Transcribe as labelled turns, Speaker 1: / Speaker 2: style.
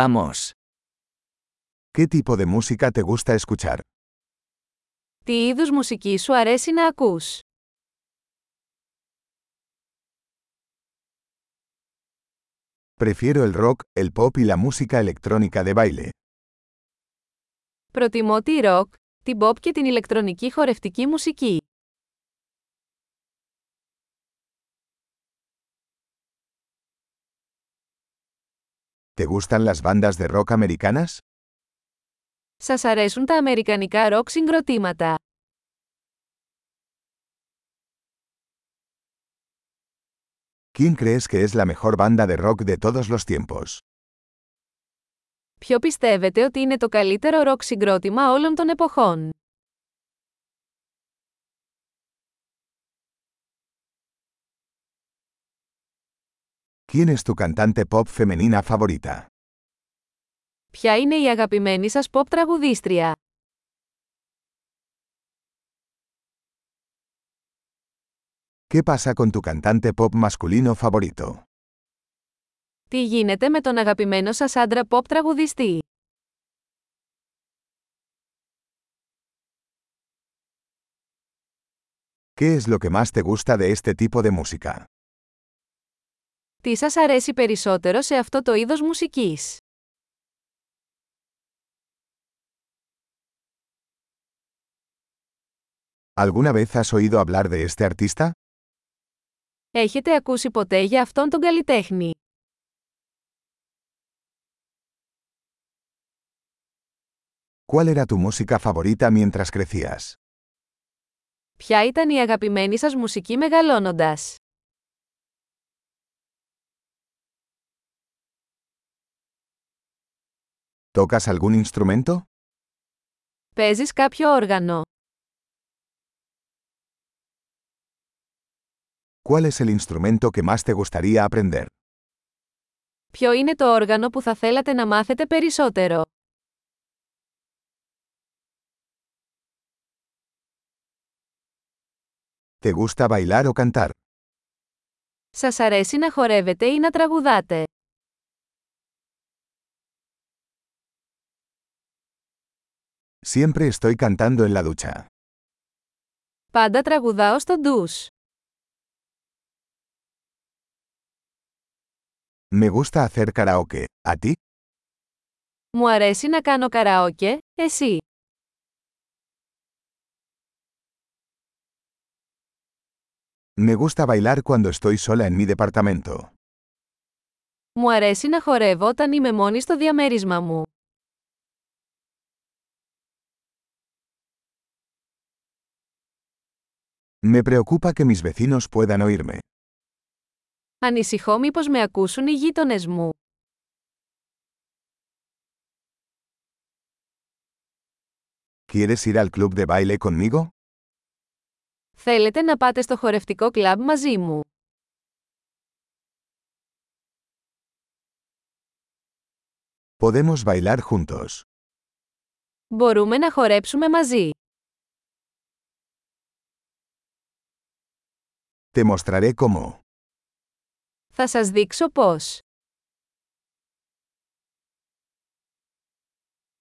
Speaker 1: Vamos.
Speaker 2: ¿Qué tipo de música te gusta escuchar?
Speaker 3: Τι είδους μουσική σου αρέσει να ακούς?
Speaker 2: Prefiero el rock, el pop y la música electrónica de baile.
Speaker 3: Προτιμώ τη ροκ, την pop και την ηλεκτρονική χορευτική μουσική.
Speaker 2: ¿Te gustan las bandas de rock americanas?
Speaker 3: Σας αρέσουν τα αμερικανικά ροκ συγκροτήματα.
Speaker 2: ¿Quién crees que es la mejor banda de rock de todos los tiempos?
Speaker 3: Ποιο πιστεύετε ότι είναι το καλύτερο ροκ συγκρότημα όλων των εποχών?
Speaker 2: ¿Quién es tu cantante pop femenina favorita?
Speaker 3: Ποια είναι η αγαπημένη σας pop τραγουδίστρια?
Speaker 2: ¿Qué pasa con tu cantante pop masculino favorito?
Speaker 3: Τι γίνεται με τον αγαπημένο σας άντρα pop τραγουδιστή?
Speaker 2: ¿Qué es lo que más te gusta de este tipo de música?
Speaker 3: Τι σας αρέσει περισσότερο σε αυτό το είδος μουσικής?
Speaker 2: ¿Alguna vez has oído hablar de este artista?
Speaker 3: Έχετε ακούσει ποτέ για αυτόν τον καλλιτέχνη?
Speaker 2: ¿Cuál era tu música favorita mientras crecías?
Speaker 3: Ποια ήταν η αγαπημένη σας μουσική μεγαλώνοντας?
Speaker 2: ¿Tocas algún instrumento?
Speaker 3: Παίζεις κάποιο όργανο.
Speaker 2: ¿Cuál es el instrumento que más te gustaría aprender?
Speaker 3: Ποιο είναι το όργανο που θα θέλατε να μάθετε περισσότερο?
Speaker 2: ¿Te gusta bailar o cantar?
Speaker 3: Σας αρέσει να χορεύετε ή να τραγουδάτε.
Speaker 2: Siempre estoy cantando en la ducha.
Speaker 3: Πάντα τραγουδάω στο ντους.
Speaker 2: Me gusta hacer karaoke. ¿A ti?
Speaker 3: Μου αρέσει να κάνω καραόκε, εσύ.
Speaker 2: Me gusta bailar cuando estoy sola en mi departamento.
Speaker 3: Μου αρέσει να χορεύω όταν είμαι μόνη στο διαμέρισμα μου.
Speaker 2: Me preocupa que mis vecinos puedan oírme.
Speaker 3: Ανησυχώ μήπως με ακούσουν οι γείτονες μου.
Speaker 2: ¿Quieres ir al club de baile conmigo?
Speaker 3: Θέλετε να πάτε στο χορευτικό κλαμπ μαζί μου.
Speaker 2: Podemos bailar juntos.
Speaker 3: Μπορούμε να χορέψουμε μαζί.
Speaker 2: Te mostraré cómo.
Speaker 3: Θα σας δείξω πώς.